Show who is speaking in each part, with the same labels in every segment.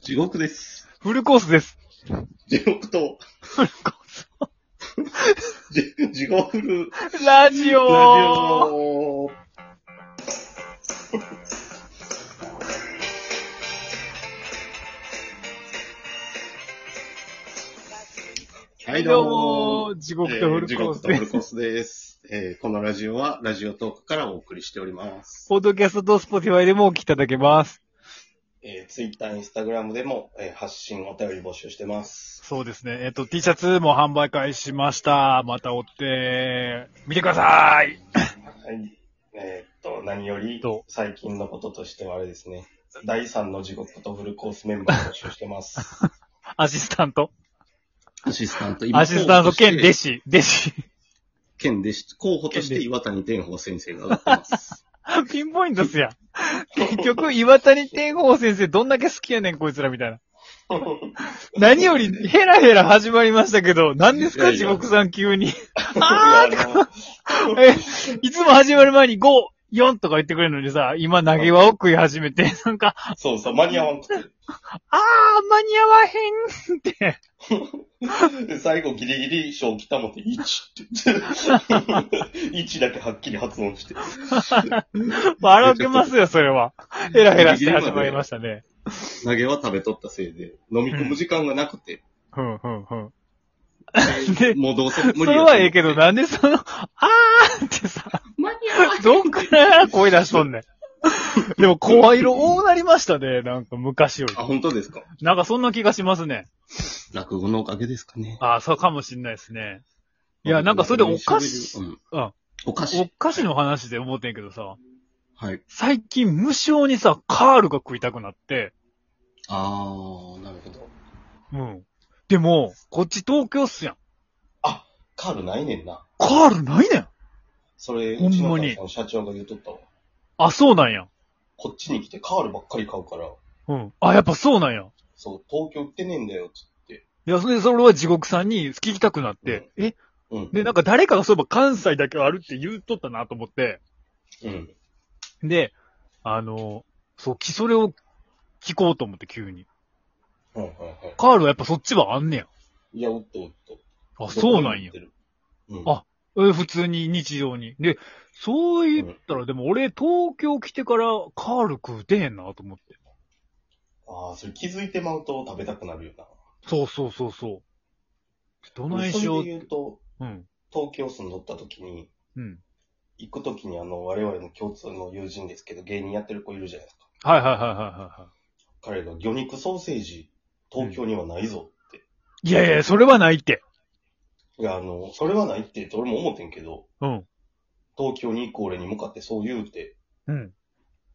Speaker 1: 地獄です。
Speaker 2: フルコースです。
Speaker 1: 地獄と、
Speaker 2: フルコース。
Speaker 1: 地地獄フル
Speaker 2: ラジオ
Speaker 1: ラジオ。はい、どうも。
Speaker 2: も。地獄と
Speaker 1: え
Speaker 2: フル
Speaker 1: ー地
Speaker 2: コー
Speaker 1: 獄
Speaker 2: ス
Speaker 1: とフ
Speaker 2: で
Speaker 1: ル
Speaker 2: す。
Speaker 1: コースです。えーこのラジオは、ラジオトークからお送りしております。
Speaker 2: ポッドキャストとスポティファイでもお聞きいただけます。
Speaker 1: えー、ツイッター、インスタグラムでも、えー発信、お便り募集してます。
Speaker 2: そうですね。えっ、と、T シャツも販売開始しました。また追って、見てください。
Speaker 1: はい。えーっと、何より
Speaker 2: どう、
Speaker 1: 最近のこととしてはあれですね。第3の地獄とフルコースメンバーを募集してます。
Speaker 2: アシスタント。
Speaker 1: アシスタント、
Speaker 2: アシスタント兼弟
Speaker 1: 子。
Speaker 2: 子。弟子。
Speaker 1: 兼弟子。候補として岩谷天保先生が上がって ます。
Speaker 2: ピンポイントっ すやん。結局、岩谷天宝先生どんだけ好きやねん、こいつらみたいな。何より、ヘラヘラ始まりましたけど、何です
Speaker 1: いや
Speaker 2: か、
Speaker 1: いや
Speaker 2: 地獄さん 急に。
Speaker 1: あー
Speaker 2: え、 いつも始まる前に5、4とか言ってくれるのにさ、今投げ輪を食い始めて、 なんか、あ
Speaker 1: そうそう、間に合わんくて。
Speaker 2: ー、間に合わへんって。
Speaker 1: で、最後ギリギリ賞来たもんって1って。1だけはっきり発音して。
Speaker 2: 笑けますよ、それは。ヘラヘラして始まりましたね。
Speaker 1: 投げは食べとったせいで、飲み込む時間がなくて。
Speaker 2: ふんふんふん。
Speaker 1: でもうどうせ無理
Speaker 2: そ
Speaker 1: やと思
Speaker 2: れ
Speaker 1: って
Speaker 2: はええけど、なんでその、あーってさ、
Speaker 1: 間に合わん
Speaker 2: どんくらい声出しと んねん。でも、声色多なりましたね、なんか昔より。
Speaker 1: あ、本当ですか
Speaker 2: なんかそんな気がしますね。
Speaker 1: 落語のおかげですかね。
Speaker 2: ああ、そうかもしんないですね。いや、なんかそれでお菓子
Speaker 1: うん
Speaker 2: あ
Speaker 1: お菓
Speaker 2: お
Speaker 1: 子。
Speaker 2: 菓子の話で思ってんけどさ、
Speaker 1: はい。
Speaker 2: 最近無性にさ、カールが食いたくなって、
Speaker 1: あー、なるほど。
Speaker 2: うん。でも、こっち東京っすやん。
Speaker 1: カールないねんな。
Speaker 2: カールないねん
Speaker 1: それ、
Speaker 2: ほんまに
Speaker 1: うちの会社の社長が言うとったわ。
Speaker 2: あ、そうなんや。
Speaker 1: こっちに来てカールばっかり買うから、
Speaker 2: うん。あ、やっぱそうなんや。
Speaker 1: そう、東京売ってねえんだよ、つって。
Speaker 2: いや、それで、それは地獄さんに聞きたくなって、え
Speaker 1: うん。
Speaker 2: で、なんか誰かがそういえば関西だけはあるって言うとったなと思って、
Speaker 1: うん。
Speaker 2: で、あの、そう、きそれを聞こうと思って急に。
Speaker 1: はいはいはい。
Speaker 2: カールはやっぱそっちはあんねや。
Speaker 1: いや、おっとおっと。
Speaker 2: あ、そうなんや。
Speaker 1: うん。
Speaker 2: あえ普通に日常に。で、そう言ったら、でも俺東京来てからカール食うてへんなと思って。
Speaker 1: ああ、それ気づいてまうと食べたくなるよ
Speaker 2: そうそうそうそう。ど
Speaker 1: な。
Speaker 2: ないし
Speaker 1: それ
Speaker 2: よう
Speaker 1: で。言うと、
Speaker 2: うん。
Speaker 1: 東京住んどった時に、
Speaker 2: うん。
Speaker 1: 行く時にあの、我々の共通の友人ですけど、芸人やってる子いるじゃないですか。
Speaker 2: はいはいはいはいは
Speaker 1: 彼が魚肉ソーセージ、東京にはないぞって。
Speaker 2: い。いやいや、それはないって。
Speaker 1: いや、あの、それはないって、俺も思ってんけど、
Speaker 2: うん。
Speaker 1: 東京に行く俺に向かってそう言うて、
Speaker 2: うん。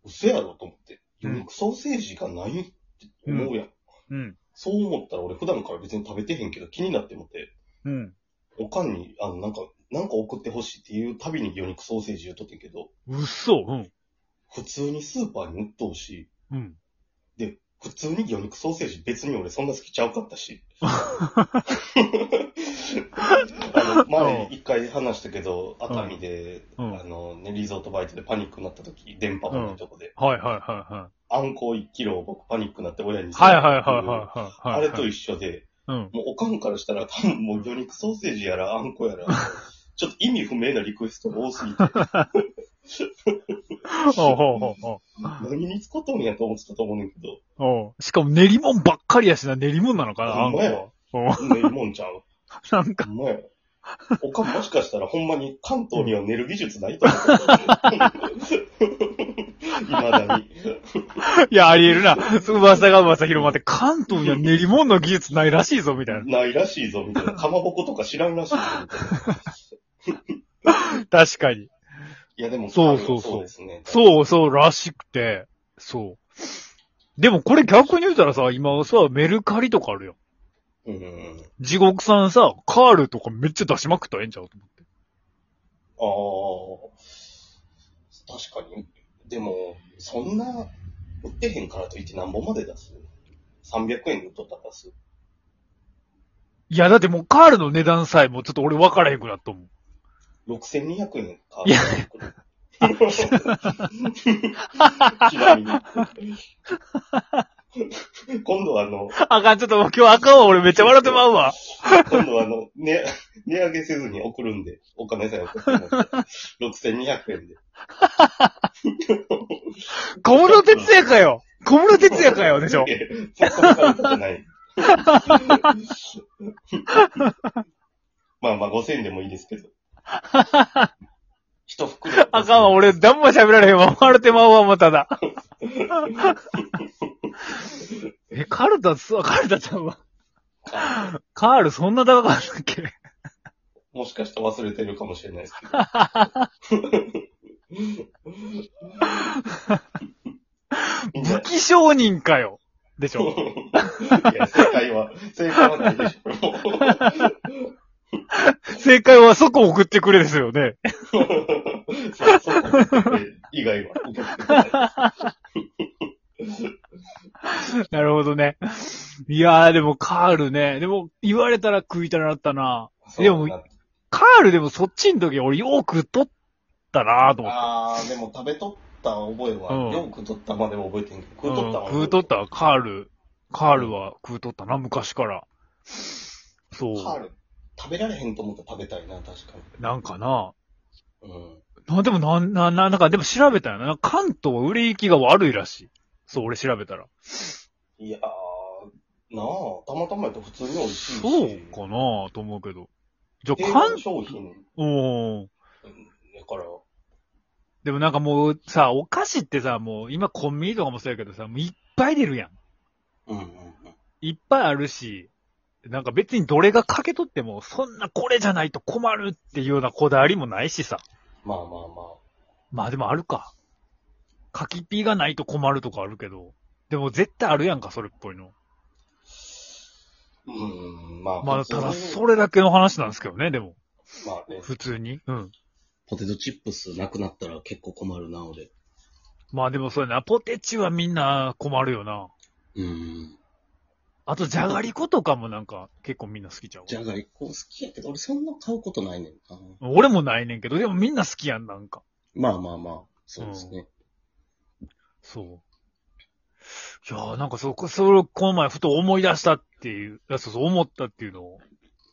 Speaker 1: 嘘やろと思って。
Speaker 2: う
Speaker 1: 魚
Speaker 2: ん
Speaker 1: 肉ソーセージがないって思うやん。
Speaker 2: うん。
Speaker 1: そう思ったら俺普段から別に食べてへんけど気になって思って、
Speaker 2: うん。
Speaker 1: おかんに、あの、なんか、なんか送ってほしいっていうたびに魚肉ソーセージ言うとってんけど、
Speaker 2: 嘘。うん。
Speaker 1: 普通にスーパーに売っとうし、
Speaker 2: うん。
Speaker 1: で、普通に魚肉ソーセージ別に俺そんな好きちゃうかった し。あの、前一回話したけど、熱海で、
Speaker 2: うん
Speaker 1: あの、ね、リゾートバイトでパニックになった時、電波もないとこで、
Speaker 2: はいはいはいは
Speaker 1: あんこ1キロを僕パニックになって親に
Speaker 2: い。はいはいはいはいは
Speaker 1: あ
Speaker 2: い。
Speaker 1: れと一緒で、
Speaker 2: うん。
Speaker 1: もうおかんからしたら、多分もう魚肉ソーセージやら、あんこや ら、ちょっと意味不明なリクエストが多すぎて、
Speaker 2: ほうほうほうほう。
Speaker 1: 何に使ったんやと思ってたと思うねんだけど、
Speaker 2: おうしかも練り物ばっかりやしな、練り物なのかな、あ
Speaker 1: ほん
Speaker 2: んこ
Speaker 1: まや
Speaker 2: は。おう
Speaker 1: 寝るもんちゃう。
Speaker 2: なんか、
Speaker 1: ほんまや。おかんもしかしたらほんまに関東には寝る技術ないと思 っていまだに。
Speaker 2: いや、ありえる な。噂が噂広まって、関東には練り物の技術ないらしいぞ、みたいな。
Speaker 1: ないらしいぞ、みたいな。かまぼことか知らんらしいぞ、みたいな。
Speaker 2: 確かに。
Speaker 1: いや、でも、
Speaker 2: そうそうそう
Speaker 1: そうですね。
Speaker 2: そうそう、らしくて、そう。でもこれ逆に言うたらさ、今さ、メルカリとかあるよ。
Speaker 1: うんうんうん。
Speaker 2: 地獄さんさ、カールとかめっちゃ出しまくったらええんちゃうと思って。
Speaker 1: ああ、確かに。でも、そんな、売ってへんからといって何本まで出す ?300 円で売っとったら出す。
Speaker 2: いや、だってもうカールの値段さえもうちょっと俺分からへんくなったもん。
Speaker 1: 6200円か。
Speaker 2: いや
Speaker 1: ちなみに。 今度はあの、
Speaker 2: あかん、ちょっともう今日あかんわ。俺めっちゃ笑ってまうわ。
Speaker 1: 今度はあの、値、値上げせずに送るんで、お金さえ送ってもらって、6200円で。
Speaker 2: 小室哲也かよ。小室哲也かよ、でしょ
Speaker 1: い。やそんな感じじゃない。 まあまあ、5000円でもいいですけど。一袋。
Speaker 2: あかんわ、。俺、何も喋られへんわ。笑ってまうわ、もうただ。え、カルタ、そう、カルタちゃんは。カール、そんな高かったっけ
Speaker 1: もしかしたら忘れてるかもしれないですけ ど。みんな
Speaker 2: 武器商人かよ。でしょ。
Speaker 1: いや、正解は、正解はないでしょ。
Speaker 2: 正解は、そこ送ってくれです よね。
Speaker 1: そうそう以外は受け付けてない。
Speaker 2: なるほどね。いやー、でもカールね。でも、言われたら食いたなったな。でも
Speaker 1: そう
Speaker 2: カールでもそっちの時俺よく取ったなと思って。
Speaker 1: あー、でも食べとった覚え
Speaker 2: う
Speaker 1: は、
Speaker 2: ん
Speaker 1: よくとったまでも覚えてんけど、食うんと
Speaker 2: う
Speaker 1: ったわ
Speaker 2: 食うとった、カール。カールは食うとったな、昔から。そ
Speaker 1: カー
Speaker 2: う。
Speaker 1: ル、食べられへんと思ったら食べたいな、確か
Speaker 2: なんかな。
Speaker 1: に。うん。
Speaker 2: な、でもなん、な、な、なんかでも調べたよな。なんか関東は売れ行きが悪いらしい。そう、俺調べたら。
Speaker 1: いやー、なあ、たまたまやと普通に美味しいし。
Speaker 2: そうかなと思うけど。じゃ
Speaker 1: 定
Speaker 2: あ、
Speaker 1: 番
Speaker 2: 関、
Speaker 1: 商品
Speaker 2: おー
Speaker 1: だから、
Speaker 2: でもなんかもうさ、お菓子ってさ、もう今コンビニとかもそうやけどさ、もういっぱい出るやん。
Speaker 1: うんうんうん。
Speaker 2: いっぱいあるし、なんか別にどれがかけとっても、そんなこれじゃないと困るっていうようなこだわりもないしさ。
Speaker 1: まあまあまあ。
Speaker 2: まあでもあるか。柿ピーがないと困るとかあるけど。でも絶対あるやんか、それっぽいの。
Speaker 1: うん、まあ。
Speaker 2: まあ、
Speaker 1: 普通
Speaker 2: た
Speaker 1: に
Speaker 2: だそれだけの話なんですけどね、でも。
Speaker 1: まあね、
Speaker 2: 普通に。うん。
Speaker 1: ポテトチップスなくなったら結構困るな、俺。
Speaker 2: まあでもそうやな、ポテチはみんな困るよな。
Speaker 1: うん。
Speaker 2: あと、じゃがりことかもなんか、結構みんな好きちゃう。
Speaker 1: じゃがりこ好きやけど、俺そんな買うことないねんな。
Speaker 2: 俺もないねんけど、でもみんな好きやん、なんか。
Speaker 1: まあまあまあ、そうですね。
Speaker 2: そう。いやーなんかそこ、それをこの前ふと思い出したっていう、いやそうそう思ったっていうのを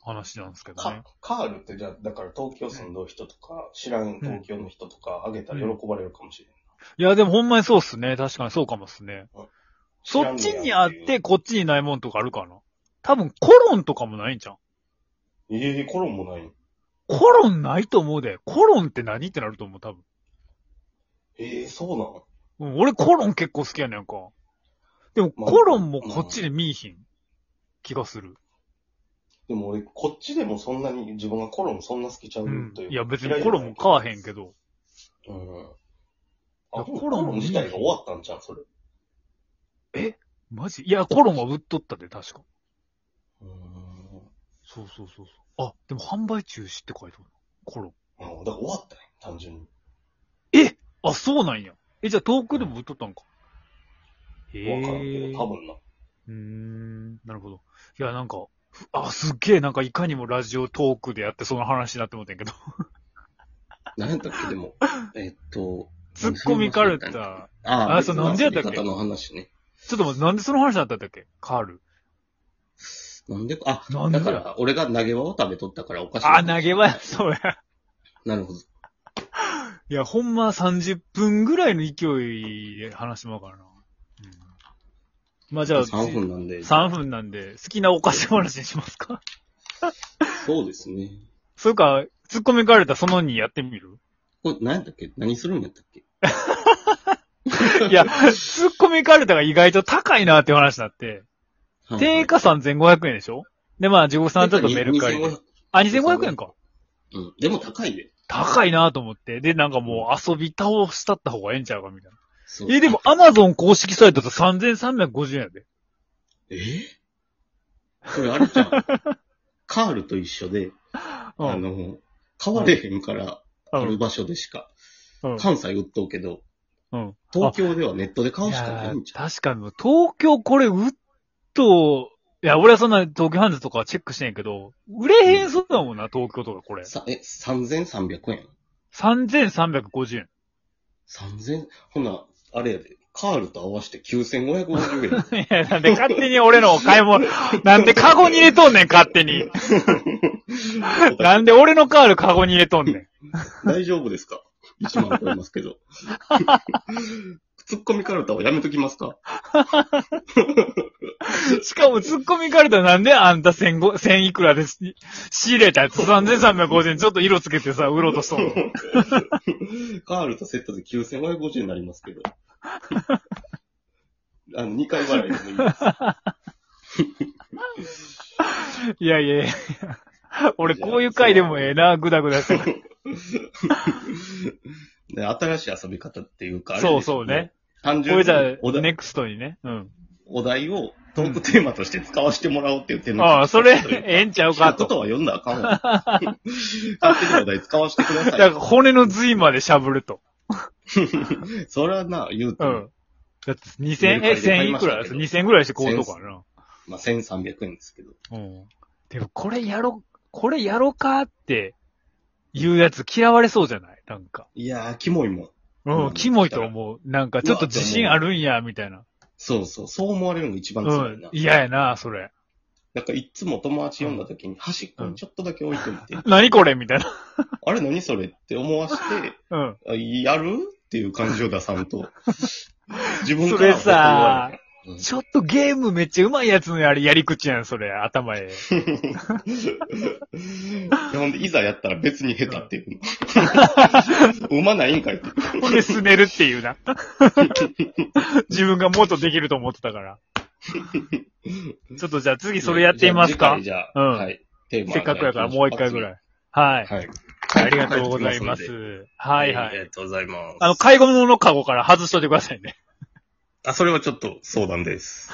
Speaker 2: 話なんですけどね
Speaker 1: か。、カールってじゃあ、だから東京住んどる人とか、知らん東京の人とか、あげたら喜ばれるかもしれん。
Speaker 2: いや、でもほんまにそうっすね。確かにそうかもっすね
Speaker 1: うん。
Speaker 2: そっちにあって、
Speaker 1: 知
Speaker 2: こっちにないもんとかあるかな。多分、コロンとかもないんじゃん。
Speaker 1: ええコロンもないん
Speaker 2: コロンないと思うで。コロンって何ってなると思う、多分。
Speaker 1: ええそうなん
Speaker 2: うん、俺コロン結構好きやねんか。でも、
Speaker 1: まあ
Speaker 2: コロンもこっちで見いひん気がする。
Speaker 1: でも俺、こっちでもそんなに、自分がコロンそんな好きちゃう
Speaker 2: うん
Speaker 1: という。。
Speaker 2: いや、別にコロンも買わへんけど。
Speaker 1: うん。
Speaker 2: い
Speaker 1: あ、
Speaker 2: や
Speaker 1: でも
Speaker 2: コ
Speaker 1: コ
Speaker 2: ロ
Speaker 1: ロン
Speaker 2: ン
Speaker 1: 自体が終わったんちゃうそれ。
Speaker 2: マジいや、コロンは売っとったで、確か。
Speaker 1: うーん。
Speaker 2: そうそうそうそう。あ、でも販売中止って書いてある。コロン。
Speaker 1: あだから終わったね、単純に。
Speaker 2: あ、そうなんや。え、じゃあ遠くでも売っとったんか。
Speaker 1: わからん
Speaker 2: へ
Speaker 1: け
Speaker 2: え。
Speaker 1: ど、多分な。
Speaker 2: うーん、なるほど。いや、なんか、ふあ、すっげえ、なんかいかにもラジオトークでやってその話になってもうてんけど。
Speaker 1: 何やったっけ、で も。えっと。
Speaker 2: ツッコミカルタ。
Speaker 1: あ
Speaker 2: ち
Speaker 1: あ
Speaker 2: あそうなんでやったっけ
Speaker 1: 遊び方の話ね。
Speaker 2: ょっと待って、なんでその話になったんだっけカール。
Speaker 1: なんで、あ、
Speaker 2: なんで
Speaker 1: だから、俺が投げ輪を食べとったからおかしい。
Speaker 2: あ、投げ場や、そうや。
Speaker 1: なるほど。
Speaker 2: いや、ほんま30分ぐらいの勢いで話してもらうからな。うん、まあじゃあ、
Speaker 1: 3分なんで。
Speaker 2: 3分なんで、好きなお菓子話にしますか
Speaker 1: そうですね。
Speaker 2: それか、突っ込みかれたその2やってみる
Speaker 1: これ、何やったっけ何するんやったっけ
Speaker 2: いや、突っ込みかれたが意外と高いなっていう話になって、定価3500円でしょで、まあ、地獄さんはちょっとメルカリで。
Speaker 1: 2500
Speaker 2: あ、2500円か。
Speaker 1: うん。でも高いで。
Speaker 2: 高いなと思って。で、なんかもう遊び倒したった方がええんちゃうかみたい
Speaker 1: そう
Speaker 2: な。え、でも、アマゾン公式サイトだと3350円やで。
Speaker 1: えそれあれじゃ ん。カールと一緒で、
Speaker 2: うん
Speaker 1: あの、買われへんから、
Speaker 2: うん
Speaker 1: ある場所でしか。
Speaker 2: うん
Speaker 1: 関西売っとうけど、
Speaker 2: うん。
Speaker 1: 東京ではネットで買う
Speaker 2: い
Speaker 1: しかな
Speaker 2: や
Speaker 1: いん
Speaker 2: ー
Speaker 1: じゃ
Speaker 2: 確かにもう東京これうっと、いや、俺はそんな東京ハンズとかはチェックしてんやけど、売れへんそうだもんな、東京とかこれ
Speaker 1: ん。。さえ、3300円
Speaker 2: 3350円。
Speaker 1: ?3000? ほな、あれやで。カールと合わせて9550円。
Speaker 2: いや、なんで勝手に俺の買い 物、なんでカゴに入れとんねん、勝手 に。なんで俺のカールカゴに入れとんねん。
Speaker 1: 大丈夫ですか ?1 万超えますけど。ツッコミカルタはやめときますか
Speaker 2: しかもツッコミカルタなんであんた1000ご、千いくらです。仕入れたやつ3350円ちょっと色つけてさ、売ろうとしとんの。
Speaker 1: カールとセットで9550円になります けど。あの、2回払いでもいいです。
Speaker 2: いやいやいや。俺こういう回でもええな、ぐだぐ だして。
Speaker 1: で新しい遊び方っていうか、あれ
Speaker 2: そうそうね。
Speaker 1: 単
Speaker 2: こ
Speaker 1: 純
Speaker 2: れ
Speaker 1: に
Speaker 2: じゃ
Speaker 1: お
Speaker 2: あ、
Speaker 1: 題、
Speaker 2: ネクストにね。うん。
Speaker 1: お題をトークテーマとして使わせてもらおうって言ってる
Speaker 2: ああ、それ、ええんちゃう
Speaker 1: か
Speaker 2: か。
Speaker 1: こととは読んだらあかんわ。 勝手にお題使わせてくだ
Speaker 2: だから
Speaker 1: さい。
Speaker 2: 骨の髄までしゃぶると。
Speaker 1: それはな、言う
Speaker 2: う
Speaker 1: と、
Speaker 2: ん。だって2000、
Speaker 1: メ
Speaker 2: え、
Speaker 1: ルカリで買
Speaker 2: 1000
Speaker 1: い
Speaker 2: い
Speaker 1: まし
Speaker 2: く
Speaker 1: た
Speaker 2: らだ
Speaker 1: けど
Speaker 2: ?2000 ぐらいしてこうとかな。
Speaker 1: まあ、1300円ですけど。
Speaker 2: うん。でもこれやろ、これやろかっていうやつ嫌われそうじゃないなんか。
Speaker 1: いやー、キモいもん。う
Speaker 2: う、
Speaker 1: んん
Speaker 2: キモいと思う。なんかちょっと自信あるんや、みたいな。
Speaker 1: そうそう、そう思われるのが一番
Speaker 2: う
Speaker 1: 辛い
Speaker 2: ん
Speaker 1: な。。
Speaker 2: 嫌やな、それ。
Speaker 1: なんかいつも友達読んだ時に端っこにちょっとだけ置いてみて、
Speaker 2: 何これみたいな。
Speaker 1: あれ何それって思わして、
Speaker 2: うん。
Speaker 1: あやるっていう感じを出さん と。自分
Speaker 2: そ
Speaker 1: から
Speaker 2: れ
Speaker 1: は断ら
Speaker 2: さ
Speaker 1: れ、うん
Speaker 2: ちょっとゲームめっちゃ上手いやつのやり、やり口やん、それ。頭ええ。
Speaker 1: でほんで、いざやったら別に下手っていうの。うまないんかいって。
Speaker 2: ほんで、すねるっていうな。 自分がもっとできると思ってたから。ちょっとじゃあ次それやってみますか
Speaker 1: じゃあ、
Speaker 2: うん
Speaker 1: はい。テーマ
Speaker 2: せっかくやからもう一回ぐら
Speaker 1: い。
Speaker 2: い。はい。
Speaker 1: はい。
Speaker 2: ありがとうございます。はいは
Speaker 1: あり
Speaker 2: い。
Speaker 1: がとうございます。
Speaker 2: あの、介護物のカゴから外しといてくださいね。
Speaker 1: あ、それはちょっと相談です。